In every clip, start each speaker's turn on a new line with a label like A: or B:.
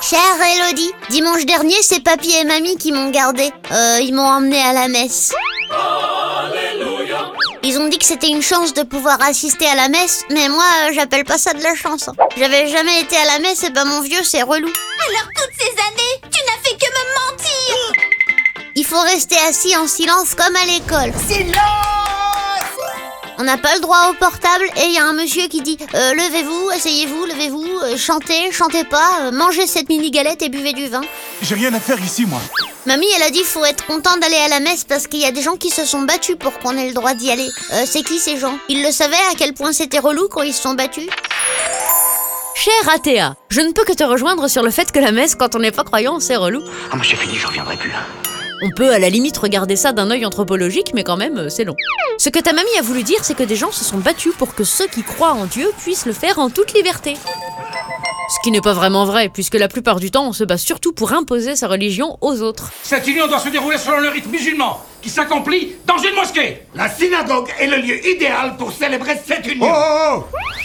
A: Chère Elodie, dimanche dernier, c'est papy et mamie qui m'ont gardée. Euh, ils m'ont emmenée à la messe. Ils ont dit que c'était une chance de pouvoir assister à la messe, mais moi, euh, j'appelle pas ça de la chance. hein. J'avais jamais été à la messe, et ben mon vieux, c'est relou.
B: Alors toutes ces années, tu n'as fait que me mentir
A: Il faut rester assis en silence comme à l'école. On n'a pas le droit au portable, et il y a un monsieur qui dit euh, Levez-vous, asseyez-vous, levez-vous, euh, chantez, chantez pas, euh, mangez cette mini-galette et buvez du vin.
C: J'ai rien à faire ici, moi.
A: Mamie, elle a dit faut être content d'aller à la messe parce qu'il y a des gens qui se sont battus pour qu'on ait le droit d'y aller. Euh, c'est qui ces gens Ils le savaient à quel point c'était relou quand ils se sont battus
D: Cher Athéa, je ne peux que te rejoindre sur le fait que la messe, quand on n'est pas croyant, c'est relou.
E: Ah, moi j'ai fini, je reviendrai plus. hein.
D: On peut à la limite regarder ça d'un œil anthropologique, mais quand même, euh, c'est long. Ce que ta mamie a voulu dire, c'est que des gens se sont battus pour que ceux qui croient en Dieu puissent le faire en toute liberté. Ce qui n'est pas vraiment vrai, puisque la plupart du temps, on se bat surtout pour imposer sa religion aux autres.
F: Cette union doit se dérouler selon le rite musulman, qui s'accomplit dans une mosquée.
G: La synagogue est le lieu idéal pour célébrer cette union.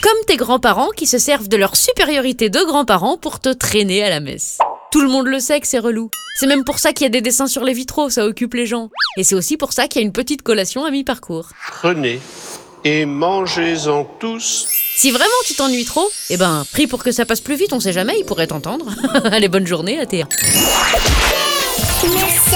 D: comme tes grands-parents qui se servent de leur supériorité de grands-parents pour te traîner à la messe. Tout le monde le sait que c'est relou. C'est même pour ça qu'il y a des dessins sur les vitraux, ça occupe les gens. Et c'est aussi pour ça qu'il y a une petite collation à mi-parcours.
H: prenez et mangez-en tous
D: Si vraiment tu t'ennuies trop, eh ben, prie pour que ça passe plus vite, on sait jamais, il pourrait t'entendre. Allez, bonne journée à
I: Merci